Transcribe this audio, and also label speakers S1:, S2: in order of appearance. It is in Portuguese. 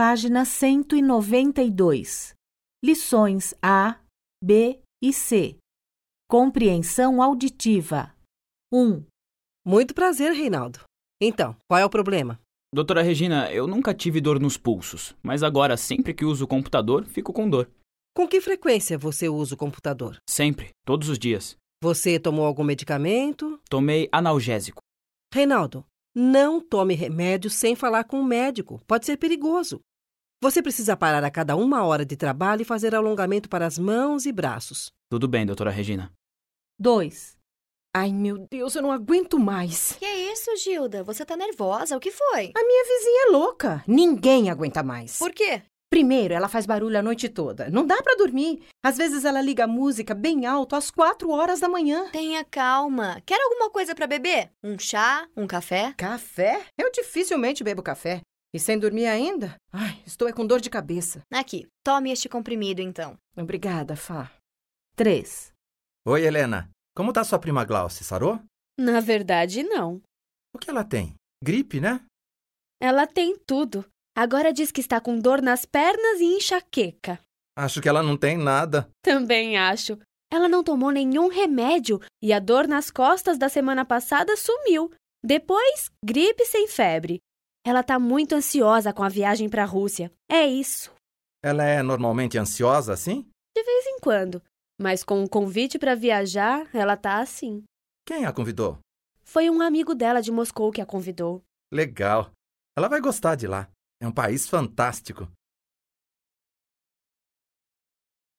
S1: página 192. Lições A, B e C. Compreensão auditiva. 1.
S2: Muito prazer, Reinaldo. Então, qual é o problema?
S3: Doutora Regina, eu nunca tive dor nos pulsos, mas agora, sempre que uso o computador, fico com dor.
S2: Com que frequência você usa o computador?
S3: Sempre, todos os dias.
S2: Você tomou algum medicamento?
S3: Tomei analgésico.
S2: Reinaldo, não tome remédio sem falar com o médico. Pode ser perigoso. Você precisa parar a cada uma hora de trabalho e fazer alongamento para as mãos e braços.
S3: Tudo bem, doutora Regina.
S1: 2.
S4: Ai, meu Deus, eu não aguento mais.
S5: Que é isso, Gilda? Você tá nervosa? O que foi?
S4: A minha vizinha é louca. Ninguém aguenta mais.
S5: Por quê?
S4: Primeiro, ela faz barulho a noite toda. Não dá pra dormir. Às vezes ela liga a música bem alto às quatro horas da manhã.
S5: Tenha calma. Quer alguma coisa pra beber? Um chá? Um café?
S4: Café? Eu dificilmente bebo café. E sem dormir ainda? Ai, estou é com dor de cabeça.
S5: Aqui, tome este comprimido então.
S4: Obrigada, Fá.
S1: 3.
S6: Oi, Helena. Como tá sua prima Glauce, sarou?
S7: Na verdade, não.
S6: O que ela tem? Gripe, né?
S7: Ela tem tudo. Agora diz que está com dor nas pernas e enxaqueca.
S6: Acho que ela não tem nada.
S7: Também acho. Ela não tomou nenhum remédio e a dor nas costas da semana passada sumiu. Depois, gripe sem febre. Ela tá muito ansiosa com a viagem para a Rússia. É isso.
S6: Ela é normalmente ansiosa assim?
S7: De vez em quando. Mas com o convite para viajar, ela tá assim.
S6: Quem a convidou?
S7: Foi um amigo dela de Moscou que a convidou.
S6: Legal. Ela vai gostar de lá. É um país fantástico.